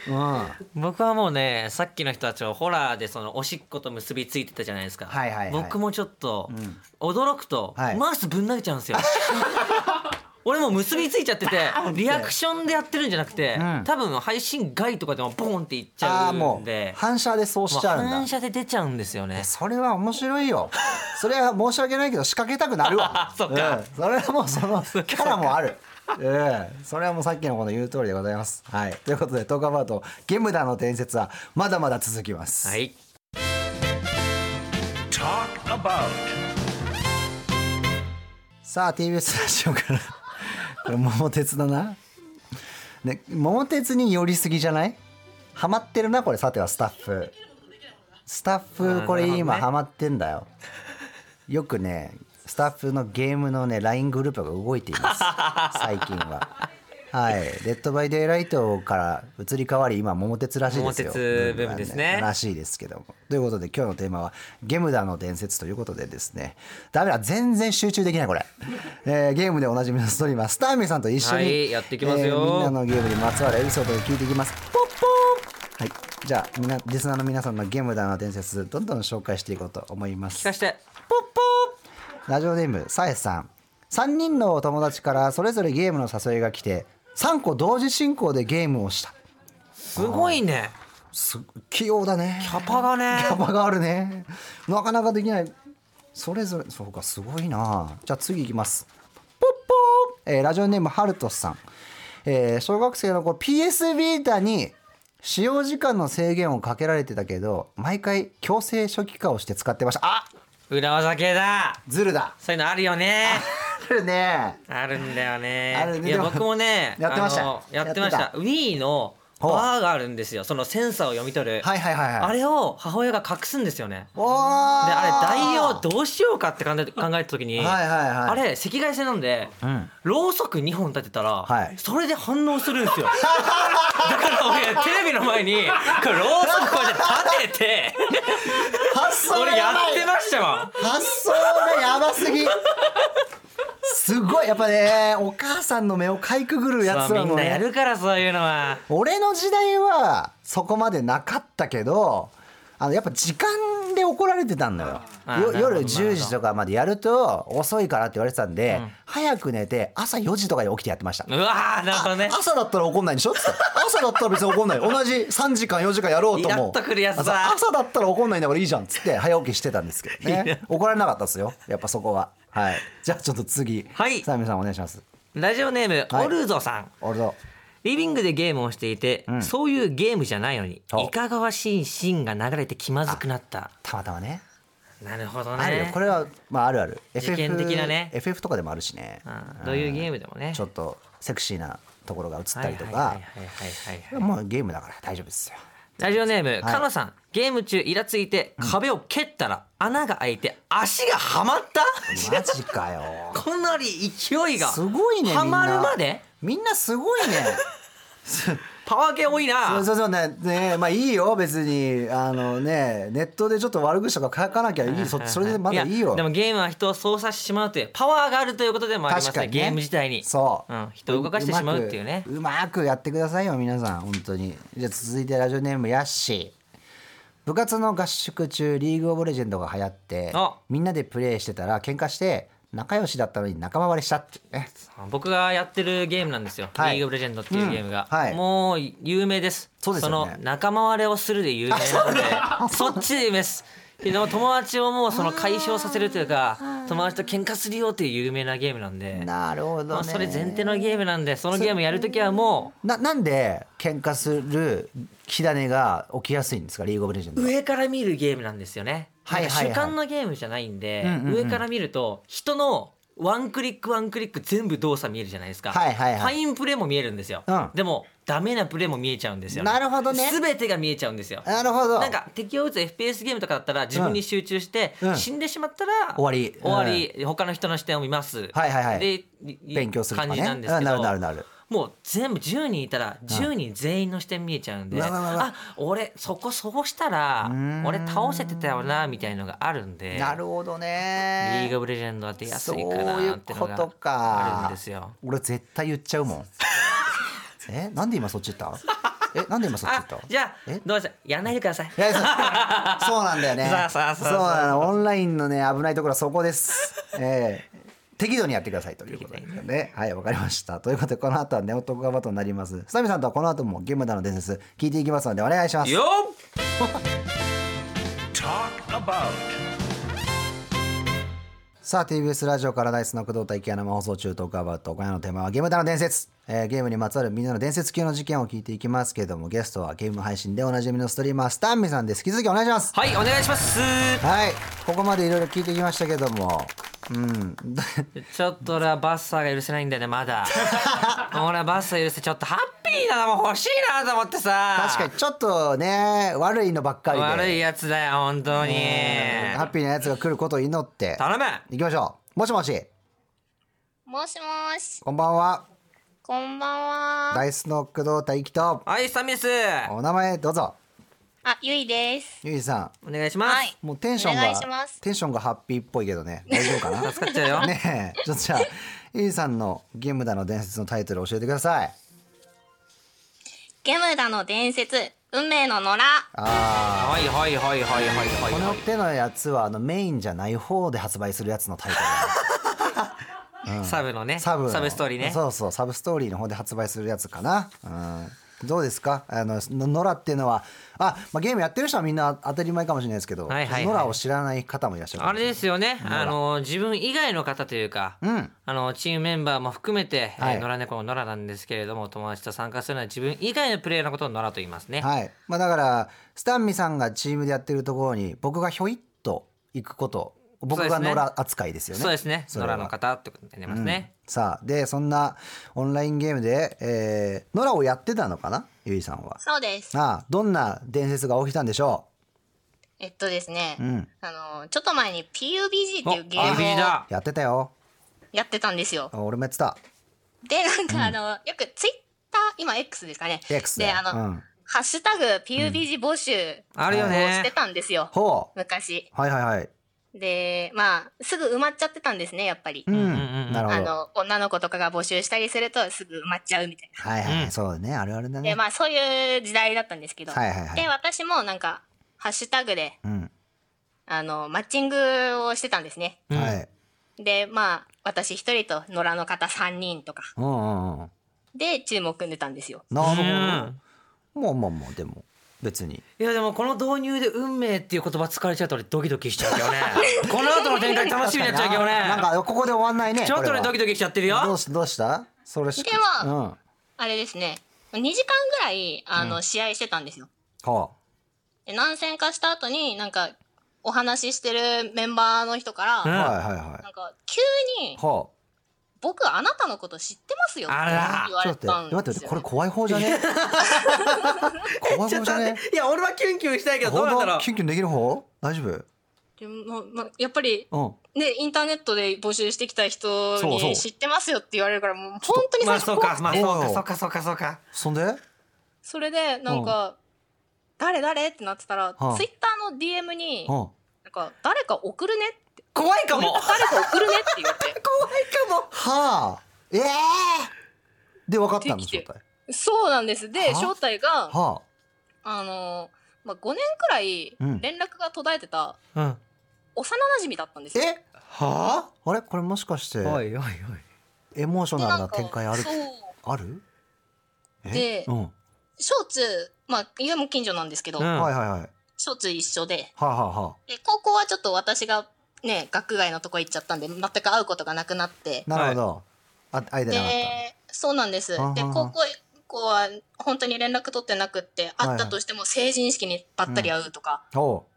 B: うん。はい
C: 僕はもうねさっきの人たちをホラーでそのおしっこと結びついてたじゃないですか、
B: はいはいはい
C: 僕もちょっと驚くと、
B: はい
C: マウスぶん投げちゃうん ですよ俺もう結びついちゃっててリアクションでやってるんじゃなくて、
B: うん
C: 多分配信外とかでもボーンっていっち
B: あ
C: ゃ
B: あ、
C: う
B: も
C: ん
B: う
C: で、
B: 反射でそうしちゃうんだ。
C: もう反射で出ちゃうんですよね。
B: それは面白いよ。それは申し訳ないけど仕掛けたくなるわ
C: そっか
B: んそれはもうそ のキャラもある。ええ、それはもうさっきのこの言う通りでございます。はい、ということでトークアバートゲムダの伝説はまだまだ続きます。
C: はい、
B: さあ TBS ラジオからこれ桃鉄だな。ね桃鉄に寄りすぎじゃない？ハマってるなこれさてはスタッフ。スタッフこれ今
C: あーなるほどね
B: ハマってんだよ。よくねスタッフのゲームのね LINE グループが動いています最近ははい「デッド・バイ・デイ・ライト」から移り変わり今桃鉄らしいですよ
C: 桃鉄ブームですね
B: らしいですけどもということで今日のテーマは「ゲムダの伝説」ということでですねダメだ全然集中できないこれ、 えーゲームでおなじみのストーリーマスターミーさんと一緒に、
C: はいやっていきますよ
B: えーみんなのゲームにまつわるエピソードを聞いていきますポッポーンはいじゃあみんなリスナーの皆さんのゲムダの伝説どんどん紹介していこうと思います
C: 聞かして
B: ラジオネームさえさん3人のお友達からそれぞれゲームの誘いが来て3個同時進行でゲームをした
C: すごいね
B: す器用だね
C: キャパがね
B: キャパがあるねなかなかできないそれぞれそうかすごいなじゃあ次いきますポッポー、えーラジオネームハルトさん、えー小学生の子 PS ビータに使用時間の制限をかけられてたけど毎回強制初期化をして使ってましたあ
C: 裏技系だ
B: ズルだ
C: そういうのあるよね
B: あるね
C: あるんだよね。
B: あるね
C: いや
B: でも
C: 僕もね、
B: やってました
C: あのやってまし。
B: やったて
C: Wii のバ
B: ほう
C: ーがあるんですよ。そのセンサーを読み取る。
B: はいはいはいはい
C: あれを母親が隠すんですよね。
B: お
C: で、
B: ー
C: あれ代用どうしようかって考え考えた時に、
B: はいはいはい
C: あれ赤外線なんで、
B: ん
C: ろうそく2本立てたら、
B: はい
C: それで反応する んですよ。だから俺テレビの前にこうろうそくこうやって立 てて、
B: 発想が
C: 俺や
B: やば
C: って
B: い
C: ましたわ。
B: 発想がやばすぎすごいやっぱねお母さんの目をかいくぐるやつ
C: ま
B: は
C: あ
B: も
C: みん
B: う
C: なや
B: ね
C: るからそういうのは。
B: 俺の時代はそこまでなかったけどあのやっぱ時間で怒られてたんだよ
C: あーなるほ
B: よ
C: ど
B: 夜10時とかまでやると遅いからって言われてたんで、早く寝て朝4時とかに起きてやってました
C: うわーなるほどね。
B: 朝だったら怒んないんでしょつって朝だったら別に怒んない同じ3時間4時間やろうと
C: イラ
B: も
C: ッとくるやつだ
B: 朝朝だったら怒んないんだからいいじゃんっつって早起きしてたんですけど
C: いや
B: ね怒られなかったですよやっぱそこははいじゃあちょっと次
C: はい
B: さあ皆さんお願いします
C: ラジオネーム、
B: はい
C: オルゾさん。
B: 俺の
C: リビングでゲームをしていて、
B: ん
C: そういうゲームじゃないのに
B: お
C: いかがわしいシーンが流れて気まずくなった
B: たまたまね
C: なるほどね
B: あるよこれはまああるある
C: 事件的なね
B: FF とかでもあるしね
C: うんどういうゲームでもね
B: ちょっとセクシーなところが映ったりと
C: は
B: か
C: いはいはいはいはいはい
B: もうゲームだから大丈夫ですよ
C: ラジオネーム、かのさんゲーム中イラついて壁を蹴ったら穴が開いて足がはまった
B: マジかよ
C: かなり勢いが
B: すごいねみんな
C: はまるまで
B: みんなすごいね
C: パワー系多い
B: そう
C: な
B: そうそうねねまあいいよ別にあのねネットでちょっと悪口とか書かなきゃいいそそれでまだいいよ
C: やでもゲームは人を操作してしまうというパワーがあるということでもあります
B: 確か
C: ね
B: にね
C: ゲーム自体に
B: そう、
C: ん、人を動かしてしまうっていうね
B: うまくうまくやってくださいよ皆さん本当にじゃあ続いてラジオネームヤッシー部活の合宿中リーグオブレジェンドが流行って
C: あ
B: みんなでプレイしてたら喧嘩して仲良しだったのに仲間割れしたってね
C: 僕がやってるゲームなんですよ、
B: はい
C: リーグオブレジェンドっていうゲームが、
B: うんはい
C: もう有名です
B: そうですよね
C: の仲間割れをするで有名なのでそっちで有名ですでも友達をもうその解消させるというか友達と喧嘩するよっていう有名なゲームなん で、
B: なるほどね、
C: まあ、それ前提のゲームなんでそのゲームやるときはも
B: ななんで喧嘩する火種が起きやすいんですかリーグオブレジェンド
C: う
B: は
C: 上から見るゲームなんですよね、
B: はいはいはい
C: なんか主観のゲームじゃないんで、
B: うんうんうん
C: 上から見ると人のワンクリックワンクリック全部動作見えるじゃないですか、
B: はいはいはい
C: ファインプレーも見えるんですよ、
B: うん
C: でもダメなプレーも見えちゃうんですよ、
B: なるほどね
C: 全てが見えちゃうんですよ
B: なるほど
C: なんか敵を打つ FPS ゲームとかだったら自分に集中して、
B: うん
C: 死んでしまったら
B: 終わり
C: 終わり、他の人の視点を見ます、
B: はいはいはい
C: で
B: 勉強するとか
C: 感
B: ね
C: じなんです
B: う
C: け
B: ん
C: ど
B: なるなるなる
C: もう全部10人いたら10人全員の視点見えちゃうんで、
B: うわうわうわ
C: あ俺そこそうしたら俺倒せてたよなみたいのがあるんで
B: なるほどね
C: リーグオブレジェンドは出やすいか
B: そうい
C: なっ
B: う
C: ての
B: こと
C: が
B: か
C: あるんですよ。
B: 俺絶対言っちゃう もんえなんで今そっち行ったえなんで今そっち行
C: あ
B: った
C: じゃあ
B: え
C: どうぞやらないでください
B: い。やそうそうなんだよね
C: そうそうそうそう
B: そうなのオンラインのね危ないところはそこです、ええ適度にやってくださいということでねはいわかりましたということでこの後はネオトクガバトになりますスタミさんとはこの後もゲームだの伝説聞いていきますのでお願いします
C: よ
F: Talk about.
B: さあ TBS ラジオからダイスの工藤大輝が生放送中トークアバウト今夜のテーマはゲームだの伝説、えーゲームにまつわるみんなの伝説級の事件を聞いていきますけれどもゲストはゲーム配信でおなじみのストリーマースタンミさんです引き続きお願いします
C: はいお願いします。
B: はいここまでいろいろ聞いてきましたけどもうん
C: ちょっと俺はバッサーが許せないんだよねまだ。俺はバッサー許せちょっとハッピーなのも欲しいなと思ってさ。
B: 確かにちょっとね悪いのばっかりで
C: 悪いやつだよ本当に。
B: うんハッピーなやつが来ることを祈って
C: 頼む。
B: 行きましょうもしもし
G: もしもし、
B: こんばんは
G: こんばんは。
B: ダイスの工藤大輝と
C: はいスタミです。
B: お名前どうぞ
G: あ、ゆいです。
B: ゆいさ
C: お願いします。
G: はい
B: んもうテンション
G: お願いし
B: が
G: ます
B: テンションがハッピーっぽいけどね大丈夫かな
C: 使っちゃうよ。
B: ね えちょっとじゃあゆいさんの「ゲームだの伝説」のタイトル教えてください
G: ゲムダの伝説、運命の野良。
B: あ
C: はいはいはいはいはいはい
B: ーこ
C: は
B: の
C: い。
B: 手のやつはあのメインじゃない方で発売するやつのタイトル
C: サブのね。
B: サブの
C: ストーリーね。
B: そうそうサブストーリーの方で発売するやつかなうんどうですかあののノラっていうのはあ、まあ、ゲームやってる人はみんな当たり前かもしれないですけど、
C: はいはいはい
B: ノラを知らない方もいらっしゃる
C: あれですよね。
B: ら
C: あの自分以外の方というか、
B: うん
C: あのチームメンバーも含めて、
B: は
C: え
B: い
C: ー野良猫の野良なんですけれども、友達と参加するのは自分以外のプレイヤーのことを野良と言いますね。
B: はいまあ、だからスタンミさんがチームでやってるところに僕がひょいっと行くこと僕がノラ扱いですよね
C: そうですね。
B: そ
C: 野
B: れは
C: 良の方ってことになりますね。
B: さあでそんなオンラインゲームで、えー、ノラをやってたのかなゆいさんは
G: そうです。
B: ああどんな伝説が起きたんでしょ
G: えっとですね、
B: ううん
G: あの、ちょっと前に PUBG っていうゲ
C: お
G: ー
C: RPG
G: ムを
C: だ。
B: やってたよ
G: やってたんですよ
B: あ。俺もやってた
G: で、なんかあの、よくツイッター、今 X ですかね。
B: X
G: で、あの、
B: うん、
G: ハッシュタグ PUBG 募集を
C: あるよ
G: して
C: ね。
G: たんですよ。
B: ほう
G: 昔。
B: はいはいはい。
G: で、まあ、すぐ埋まっちゃってたんですね、やっぱり
B: う。ん、
C: んうん
B: なるほ
G: あ
B: ど。
G: の、女の子とかが募集したりするとすぐ埋まっちゃうみたいな。
B: はいはい、
C: うん
B: そうだね、あるあるだね。
G: でまあそういう時代だったんですけど、
B: はいはいはい
G: で私もなんかハッシュタグで
B: うん、
G: あのマッチングをしてたんですね
C: うん
B: はい。
G: でまあ私一人と野良の方3人とか
B: うんうんうん。
G: で注目組んでたんですよ
B: な
C: う
B: る
C: ん
B: ほど。もうもうもうでも別に。
C: いやでもこの導入で運命っていう言葉使われちゃうと俺ドキドキしちゃう けどね。この後の展開楽しみになっちゃうけど
B: な
C: ね。
B: んかここで終わんないね。
C: ちょっとね
B: こ
C: ドキ
B: れは
C: ドキしちゃってる
B: どう
C: よ。
B: しどうした？それしか。
G: でも
B: うん。
G: あれですね2時間ぐらいあの、試合してたんですよ
B: ほ
G: で何戦かした後になんかお話ししてるメンバーの人から、
B: う。
C: うん
B: はいはいは
G: なんか急
B: い。
G: に
B: ほう。
G: 「僕あなたのこと知ってますよ」って
C: あら
G: 言わ
B: ちょ
G: れ
B: っと
G: た
B: 待
G: ん
B: って待っ
G: で
B: て
G: す
B: これ
G: よ
B: 怖い方じゃ ね？怖い
C: ちょ
B: 方
C: っ
B: じ
C: と
B: ゃ
C: 待
B: ね
C: っ？ていや俺はキュンキュンしたいけどどうなんだろう
B: ほ。キュンキュンできる方？大丈
G: でもまあやっぱり
B: 夫？うん。
G: ね、インターネットで募集してきた人
B: そうそう
G: に知ってますよって言われるから、もう本当に
C: ま
G: 最
C: あそ
G: 初怖
C: う
G: くて、
C: かまあ
B: 怖くて
C: そうかそうかそうかそうか。
B: そんで？
G: それで、なんか、誰誰ってなってたら、
B: うん
G: ツイッターの DM に、
B: うん。
G: なんか、誰か送るねって、
C: 怖いかも。
G: 誰か送るねって言われて、
C: 怖いかも。
B: はあ。ええー。で分かったの
G: でき
B: 状
G: て
B: 態。
G: そうなんです。で、
B: は
G: 正体が、
B: は
G: あのーまあ、5年くらい
B: うん
G: 連絡が途絶えてた
C: うん。は
G: 幼馴染だったんです
B: あ。
G: よ。
B: え？
C: あ。
B: あれこれもしかして
C: おいおいおい。
B: エモーショ
G: で
B: ナ
G: な
B: ルなん
G: か
B: 展開ある
G: そう。
B: あるえ
G: で
B: うん、
G: 小中、まあ、家も近所なんですけど、
C: うん
B: はいはいはいは
G: 小中一緒で、
B: あ、はあは
G: で高校はちょっと私がね学外のとこ行っちゃったんで全く会うことがなくなって
B: あ、なるほど、あ会えてなかっ
G: でそうなんです
B: あはは
G: で高校以降は本当に連絡取ってなくって
B: はいは
G: 会
B: い
G: ったとしても成人式にばったり会うとか、
B: たおう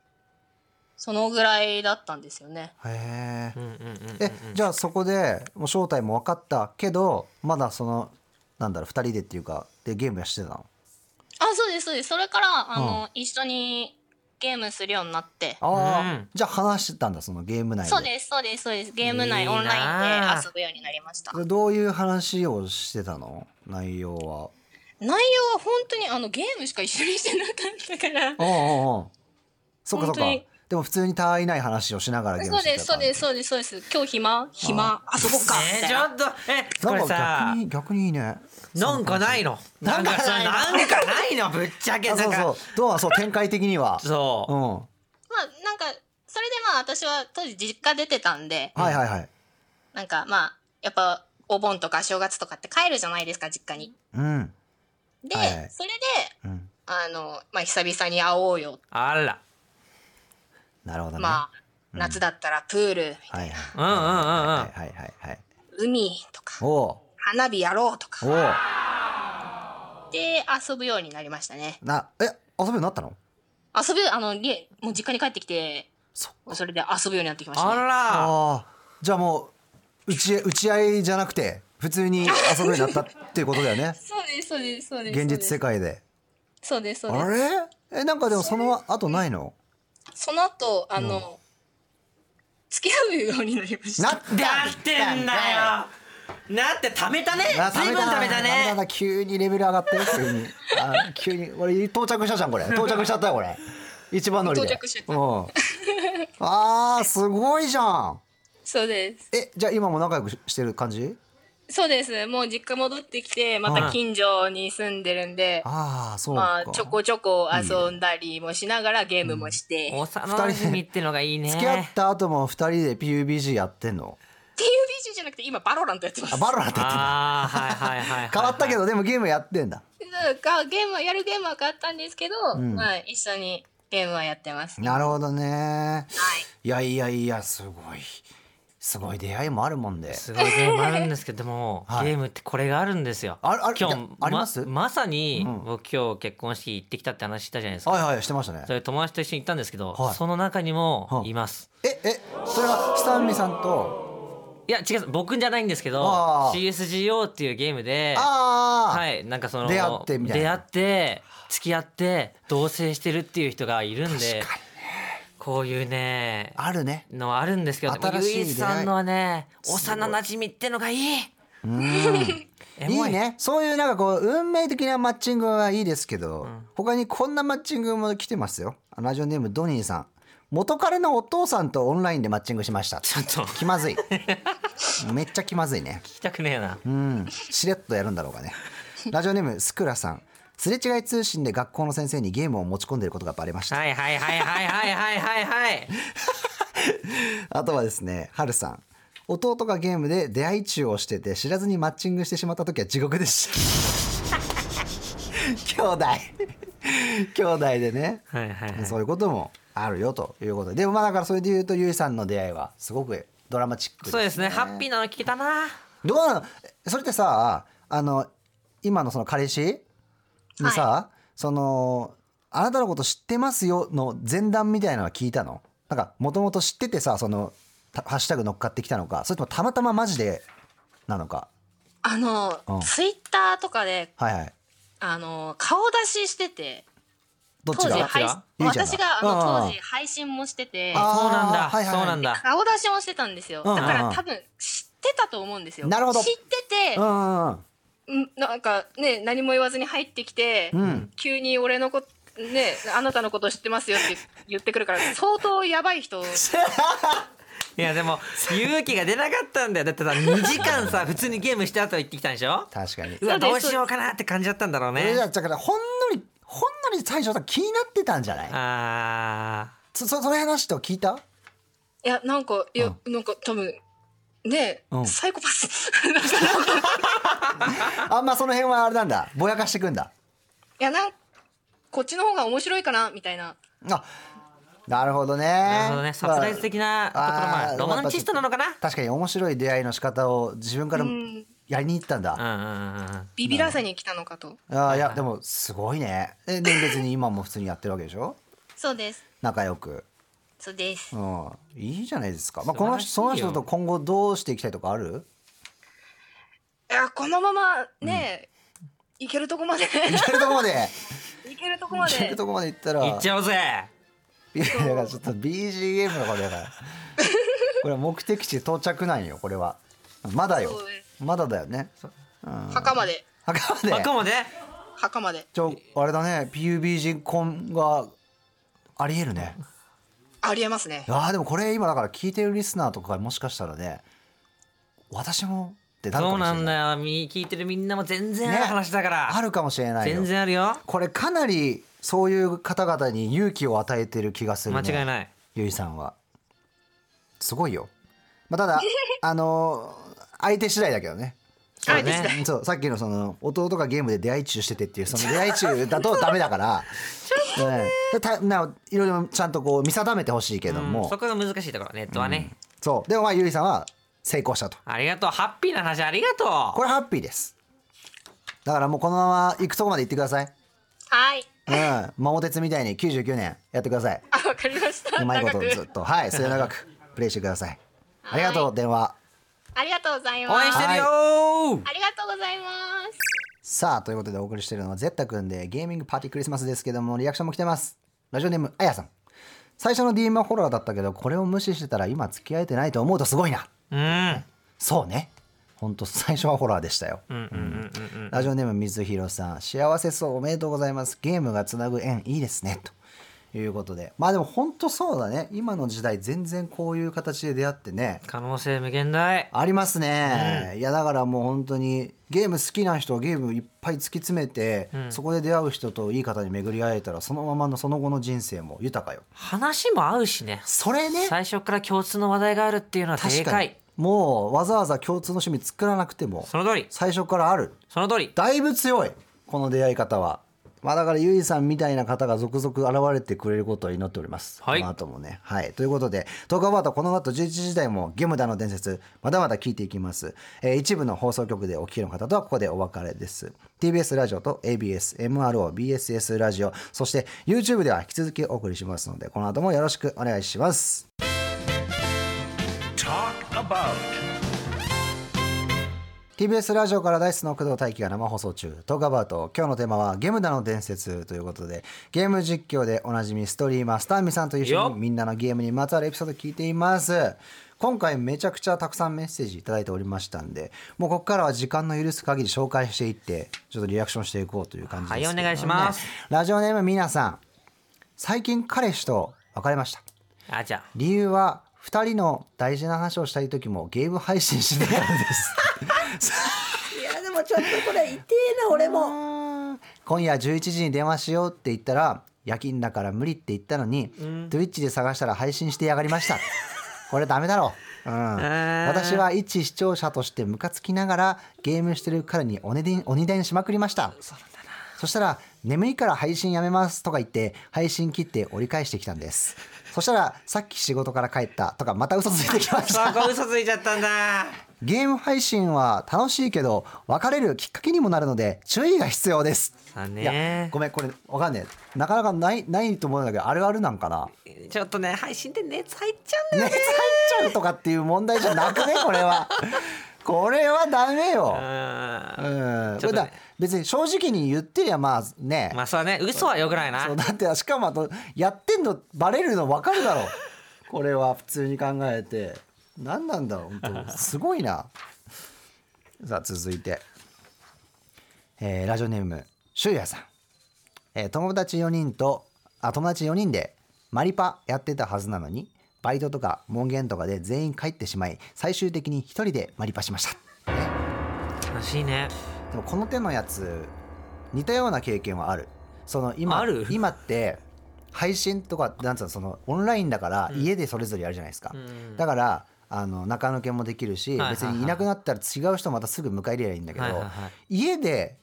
G: そのぐらいだったんですよね。
B: へえ
C: うんうんうんうん
B: えじゃあそこでもう正体も分かったけどまだそのなんだろう2人でっていうかでゲームはしてたの
G: あ、そうです、そうです。それから、あの、一緒にゲームするようになって。
B: ああ、
C: うん
B: じゃあ話してたんだそのゲーム内で
G: そうです、そうです、そうです。ゲーム内
C: いいな
G: オンライ
C: あ
G: ンで遊ぶようになりました。内
B: どういう話をしてたの内容は
G: 容は本当にあのゲームしか一緒にしてなかったから。
B: おうんうんうんそっかそっか
G: 本当に
B: でも普通に他愛ない話をしながらゲーム
G: そう
B: してた
G: です、そうです、そうです、そうです。今日暇暇遊ぼうか。み
C: え
G: たい
C: ちょ
G: な
C: っとえこ
B: な
C: れ
B: んか
C: さ
B: 逆に逆にいいね
C: なんかないのなんかさなんかないのぶっちゃけ
B: あ
C: な
B: そ
C: ん
B: う
C: か
B: そうどうはそう展開的には
C: そううん
B: は
G: まあ、なんか、それでまあ私は当時実家出てたんで
B: い、はいはい
G: なんかまあ、やっぱお盆とか正月とかって帰るじゃないですか、実家に。
B: うん
G: で、
B: はいはい
G: それで、
B: うん
G: あの、まあ久々に会おうよ。
C: あら
B: なるほどね
G: まあ、夏だったらプール、
B: はいはい
C: うんうんうんうん
B: はいはいはいはい
G: 海とか、
B: おお
G: 花火やろうと
B: う
G: か
B: お、う
G: で遊ぶようになりましたね。
B: なえ遊ぶようになったの
G: 遊ぶ、あの、りもう実家に帰ってきて、
B: そっ
G: それで遊ぶようになってきました、ね。
C: あ
B: あーじゃあもう打ち打ち合いじゃなくて普通に遊ぶようになったっていうことだよ ね
G: そうです、そうです、そうです。
B: 現実世界で
G: そうです、そうです
B: あ。れえなんかでもその後ないの
G: その後、あの、付き合うようになりました。
B: な
C: らだってんだよなって貯めたね
B: な
C: 随分貯
B: ダメ
C: めた
B: だ
C: ね
B: な急にレベル上がって急にあ急に俺到着したじゃん これ到着しちゃったよこれ一番乗りで
G: 到着しちゃった
B: うん、あーすごいじゃん
G: そうです。
B: えじゃあ今も仲良くししてる感じ
G: そうです。もう実家戻ってきて、また近所に住んでるんで、
B: ああそうか、
G: まあ、ちょこちょこ遊んだりもしながらゲームもして、
C: 幼馴染ってのがいいね
B: 付き合った後も二人で PUBG やってんの
G: っていうビジュじゃなくて、今、バロラントやってます。
B: あバロラってやってんだ
C: あーはいはいはいはい
B: 変わったけどでもゲームやってんだ
G: なんかゲームは、やるゲームは変わったんですけど、
B: ん
G: まあ、一緒にゲームはやってます。
B: なるほどねいやいやいやすごいすごい出会いもあるもんです
C: ごいゲームある んですけども、
B: はい
C: ゲームってこれがあるんですよ。
B: あるある
C: 今日
B: いやあります
C: ままさに
B: うん
C: 僕今日結婚式行ってきたって話したじゃないですか。
B: はいはいしてましたね
C: それ友達と一緒に行ったんですけど、
B: はい
C: その中に
B: は
C: も
B: あ
C: います。
B: ええそれはスタンミさんと
C: いや違う僕じゃないんですけど
B: ああ
C: CSGO っていうゲームで。
B: ああ、
C: はい、なんかその
B: 出会ってみたいな
C: 出会って付き合って同棲してるっていう人がいるんでこういうね
B: あるね
C: のはあるんですけどでも
B: 新しい
C: ゆいさんのはね幼馴染ってのがいいエ
B: いい
C: モ
B: ねそういうなんかこう運命的なマッチングはいいですけど、他にこんなマッチングも来てますよラジオネームドニーさん元彼のお父さんとオンラインでマッチングしました
C: ちょっと
B: 気まずいめっちゃ気まずいね
C: 聞きたくねえな。
B: うん、しれっとやるんだろうがね。 ラジオネームスクラさん。すれ違い通信で学校の先生にゲームを持ち込んでいることがバレました。
C: はいはいはいはいはいはいはいはい。
B: あとはですね、はるさん。弟がゲームで出会い中をしてて知らずにマッチングしてしまった時は地獄で した。兄弟。兄弟でね。
C: はいはいはい。
B: そういうこともあるよということで。でもまあだからそれで言うとゆいさんの出会いはすごくドラマチック
C: そうですね。ハッピーなの聞けたな。
B: どうなのえそれってさあの今のその彼氏にさ、そのあなたのこと知ってますよの前段みたいなのは聞いたのなんかもともと知っててさそのたハッシュタグ乗っかってきたのかそれともたまたまマジでなのか
G: あの、
B: うん
G: ツイッターとかで、
B: はいはい
G: あの、顔出ししてて、
B: どっ
G: 当
B: ち
G: 時
B: が
G: 配信
C: どっ、
B: ちがいいじゃん
G: 私があの
B: うんうん
G: 当時配信もしてて、
B: あー
C: そうなんだ。
B: はいはい
C: そうなんだ。
G: 顔出しもしてたんですよ。
B: うんうんう
G: だ
B: ん
G: から多分知ってたと思うんですよ。
B: なるほど
G: 知ってて
B: う、んうん
G: んなんかね、何も言わずに入ってきて、
B: ん
G: 急に俺のこと、ね、あなたのこと知ってますよって言ってくるから、相当やば い人。
C: いやでも勇気が出なかったんだよ。だってさ2時間さ普通にゲームした後行ってきたんでしょ。
B: 確かに
C: うわどうしようかなって感じだったんだろう
B: え
C: ね
B: じゃ。あだからほんのりほんのり最初さ気になってたんじゃない
C: あ
B: そそその話と聞いた
G: いや、なんか、いや、なんか多分、ね、
B: うん
G: サイコパス。
B: あんまその辺はあれなんだぼやかしてくんだ
G: いや、なんこっちの方が面白いかな、みたいな。
B: あなるほどね
C: あ。なるほどね。サプライズ的なところもあ
B: あー
C: る。ロマンチストなのかな。
B: 確かに面白い出会いの仕方を自分から
G: うん
B: やりに行ったんだ、あ
C: うんうんうんうん。
G: ビビらせに来たのかと。
B: あーいやでも すごいねえ年別に今も普通にやってるわけでしょ
G: そうです。
B: 仲良く
G: そうです。
B: うん、いいじゃないですか。まあ、
C: 素
B: こ
C: 晴
B: の
C: らしい
B: 人
C: よ
B: その人と今後どうしていきたいとかあ る？
G: いや、このままね、いけると こまで、
B: いけるとこまで、
G: いけるとこま
B: いけ
G: で
B: る、とこまで行ったら、
C: 行っちゃおうぜ
B: いやだからちょっと BGM がこれだから。これは目的地到着なんよこれは。まだよ
G: そうで。
B: まだだよね。うん、
G: 墓まで、
B: 墓まで。
C: バカまで
G: 墓まで、
B: ちょあれだね PUBG 婚がありえるね。
G: ありえますね。
B: ああでもこれ今だから聞いてるリスナーとかもしかしたらね、私もってなる
C: そ
B: か
C: う
B: もしれない。
C: なんだよみ聞いてるみんなも全然あ
B: ね
C: る話だから、
B: あるかもしれないよ。
C: 全然あるよ
B: これかなりそういう方々に勇気を与えてる気がする、
C: 間
B: ね、
C: 違いない
B: ゆいさんはすごいよ、まあ、 ただあの相手次第だけどね
C: そう
G: 相手次
C: ね
B: そうさっきのその弟がゲームで出会い中しててっていうその出会い中だとダメだ からねでたないろいろちゃんとこう見定めてほしいけど
C: うん
B: も
C: そこが難しいところネットはね、
B: そうでもまあゆいさんは成功したと
C: ありがとうハッピーな話ありがとう
B: これハッピーですだからもうこのまま行くとこまで行ってください
G: はい。
B: うん桃鉄みたいに99年やってください
G: あ、わかりました。
B: うまいこと
G: 長く
B: ずっとはい末永くプレイしてくださいありがとう電話
G: ありがとうございます。
C: 応援してるよー
G: ありがとうございます。
B: さあということでお送りしているのはゼッタくんでゲーミングパーティークリスマスですけどもリアクションも来てますラジオネームあやさん最初の DM はホラーだったけどこれを無視してたら今付き合えてないと思うとすごいな
C: うん
B: そうねほんと最初はホラーでしたよ
C: うんうんうんうんうん
B: ラジオネーム水広さん幸せそうおめでとうございますゲームがつなぐ縁いいですねということでまあでもほんとそうだね今の時代全然こういう形で出会ってね
C: 可能性無限大
B: ありますね、いやだからもう本当にゲーム好きな人はゲームいっぱい突き詰めて、
C: ん
B: そこで出会う人といい方に巡り会えたらそのままのその後の人生も豊かよ
C: 話も合うしね
B: それね
C: 最初から共通の話題があるっていうのはで
B: 確
C: か
B: か
C: い
B: にもうわざわざ共通の趣味作らなくても
C: その通り
B: 最初からある
C: その通り
B: だいぶ強いこの出会い方はまあだからゆいさんみたいな方が続々現れてくれることを祈っております、
C: はい
B: この後もねはいということで東京アバートこの後11時台もゲームダの伝説まだまだ聞いていきます、えー一部の放送局でお聞きの方とはここでお別れです TBS ラジオと ABSMROBSS ラジオそして YouTube では引き続きお送りしますのでこの後もよろしくお願いします
F: Talk about.
B: TBS ラジオからダイスの工藤大輝が生放送中トークアバウト今日のテーマはゲームだの伝説ということでゲーム実況でおなじみストリーマースターミさんと一緒
C: よ
B: にみんなのゲームにまつわるエピソード聞いています今回めちゃくちゃたくさんメッセージいただいておりましたんでもうここからは時間の許す限り紹介していってちょっとリアクションしていこうという感じですけどね、
C: はいお願いします
B: ラジオネームみなさん最近彼氏と別れました
C: あじゃ
B: 理由は2人の大事な話をしたい時もゲーム配信してたんです
H: いやでもちょっとこれ痛えな俺も
B: 今夜11時に電話しようって言ったら夜勤だから無理って言ったのに、Twitch で探したら配信してやがりましたこれダメだろう、うん、
C: ー
B: 私は一視聴者としてムカつきながらゲームしてる彼に鬼伝鬼伝しまくりましたそしたら「眠いから配信やめます」とか言って配信切って折り返してきたんですそしたら「さっき仕事から帰った」とかまた嘘ついてきま
C: あ
B: し
C: そ
B: た
C: こ嘘ついちゃったんだ
B: ゲーム配信は楽しいけど別れるきっかけにもなるので注意が必要です
C: さあ
B: いや
C: ね
B: ごめんこれわかんねえなかなかないないと思うんだけどあるあるなんかな
C: ちょっとね配信で熱入っちゃうんだよ
B: 熱入っちゃうとかっていう問題じゃなくねこれはこれはダメよ
C: うん
B: うん
C: ちょっとね
B: これだ別に正直に言ってりゃまあね、
C: まあそうだね嘘はよくないな
B: そうだってしかもあとやってんのバレるの分かるだろうこれは普通に考えて何なんだろう本当すごいなさあ続いて、えーラジオネームしゅうやさん、えー友達4人とあ友達4人でマリパやってたはずなのにバイトとか門限とかで全員帰ってしまい最終的に1人でマリパしました
C: 悲しいね
B: でもこの手のやつ似たような経験はあるその今
C: ある
B: 今って配信とかなんつうのそのオンラインだから家でそれぞれやるじゃないですか、
C: うん
B: だからあの中抜けもできるし、
C: いはいはい
B: 別にいなくなったら違う人またすぐ迎え入れればいいんだけど、
C: はいはいはい
B: 家で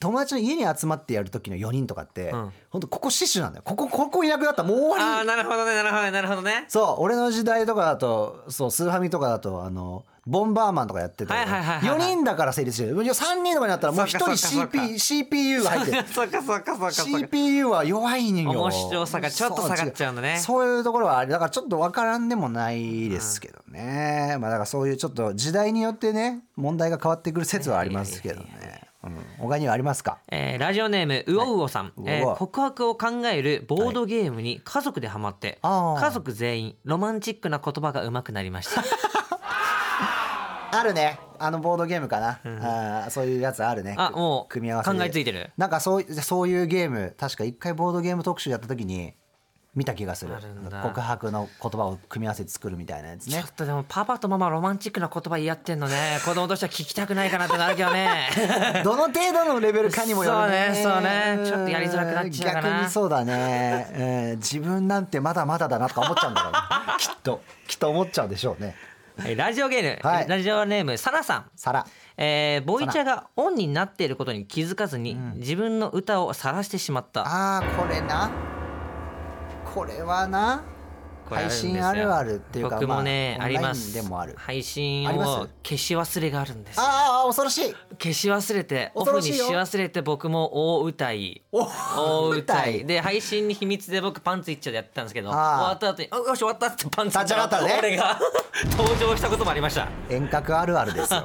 B: 友達の家に集まってやる時の4人とかって、
C: う
B: ほん
C: ん
B: と、本当ここ死守なんだよここここいなくなったらもう終わ
C: あ
B: り
C: あなるほどねなるほどねなるほどね
B: そう俺の時代とかだとそうスーファミとかだとあのボンバーマンとかやってて、
C: はいはいはいはい
B: 4人だから成立してる3人とかになったらもう1人
C: そっかそっかそっか
B: CP CPU が入ってる
C: そっかそっかそっかそっか
B: CPU は弱い人よ
C: 面白さがちょっと下がっちゃうんだね
B: そう違うそういうところはあれだからちょっと分からんでもないですけどね、まあだからそういうちょっと時代によってね問題が変わってくる説はありますけどね、うん、他にはありますか
C: えーラジオネームうおうおさん、
B: うおうお
C: えー告白を考えるボードゲームに家族でハマって、
B: あー
C: 家族全員ロマンチックな言葉が上手くなりました
B: あるねあのボードゲームかな、あーそういうやつあるね
C: あもう
B: 組み合わせで
C: 考えついてる
B: なんかそうそういうゲーム確か一回ボードゲーム特集やった時に見た気がする
C: あるんだ
B: 告白の言葉を組み合わせて作るみたいなやつ
C: ち ょ
B: ね
C: っとでもパパとママロマンチックな言葉言い合って んのね子供としては聞きたくないかなってなるけどね
B: どの程度のレベルかにもよるね。
C: そうねそうねちょっとやりづらくなっちゃうかな
B: 逆にそうだね、 えー自分なんてまだまだだなとか思っちゃうんだから、きっときっと思っちゃうでしょうね。
C: はいラジオゲーム、
B: はい
C: ラジオネームサナさん
B: さら
C: えーボイチャがオンになっていることに気づかずに、自分の歌を晒してしまった
B: あーこれなこれはな
C: これる
B: 配
C: んですよ
B: 信あるあるっていうか
C: 僕もね、
B: まあ
C: あ、りま
B: オ
C: す
B: ンラインでもある
C: 配信
B: あり
C: を
B: ます
C: 消し忘れがあるんです
B: ああ恐ろしい
C: 消し忘れてオ
B: 恐
C: フ
B: ろ
C: に
B: し
C: し
B: いよ
C: 忘れて僕も大歌い大歌いで配信に秘密で僕パンツ一丁でやってたんですけど
B: あ
C: 終
B: ー
C: わった後に「あよし終わった」ってパンツ
B: 立ち上がったね
C: 俺が 登場したこともありました
B: 遠隔あるあるです よ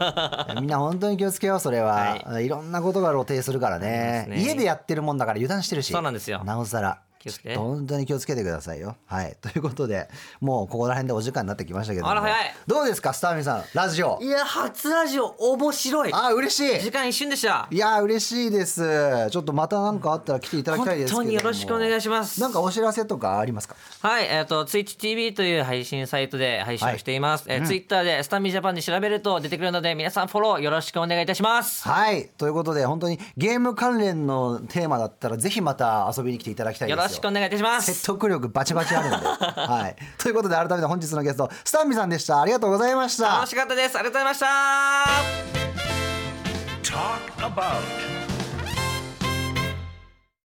B: みんな本当に気をつけようそれは、い、ろんなことが露呈するからね
C: そうですね
B: 家でやってるもんだから油断してるし
C: そうなんですよ
B: なおさら
C: 気をつけ
B: ちょっと本当に気をつけてくださいよはい ということでもうここら辺でお時間になってきましたけども
C: あら早い
B: どうですかスターミンさんラジオ
C: いや初ラジオ面白い
B: あー嬉しい
C: 時間一瞬でした
B: いやー嬉しいですちょっとまた何かあったら来ていただきたいですけど
C: 本当によろしくお願いします
B: なんかお知らせとかありますか
C: はい、えっ、と、TwitchTV という配信サイトで配信をしています。えー Twitter でスタミジャパンで調べると出てくるので、皆さんフォローよろしくお願いいたします。
B: はいということで本当にゲーム関連のテーマだったらぜひまた遊びに来ていただきたいで
C: よ
B: すよ
C: ろしくお願いいたしま
B: 説
C: す。
B: 得力バチバチあるんで。はい、ということで改めて本日のゲストスタンミさんでしたありがとうございました
C: 楽しかったです。ありがとうございました。
F: Talk about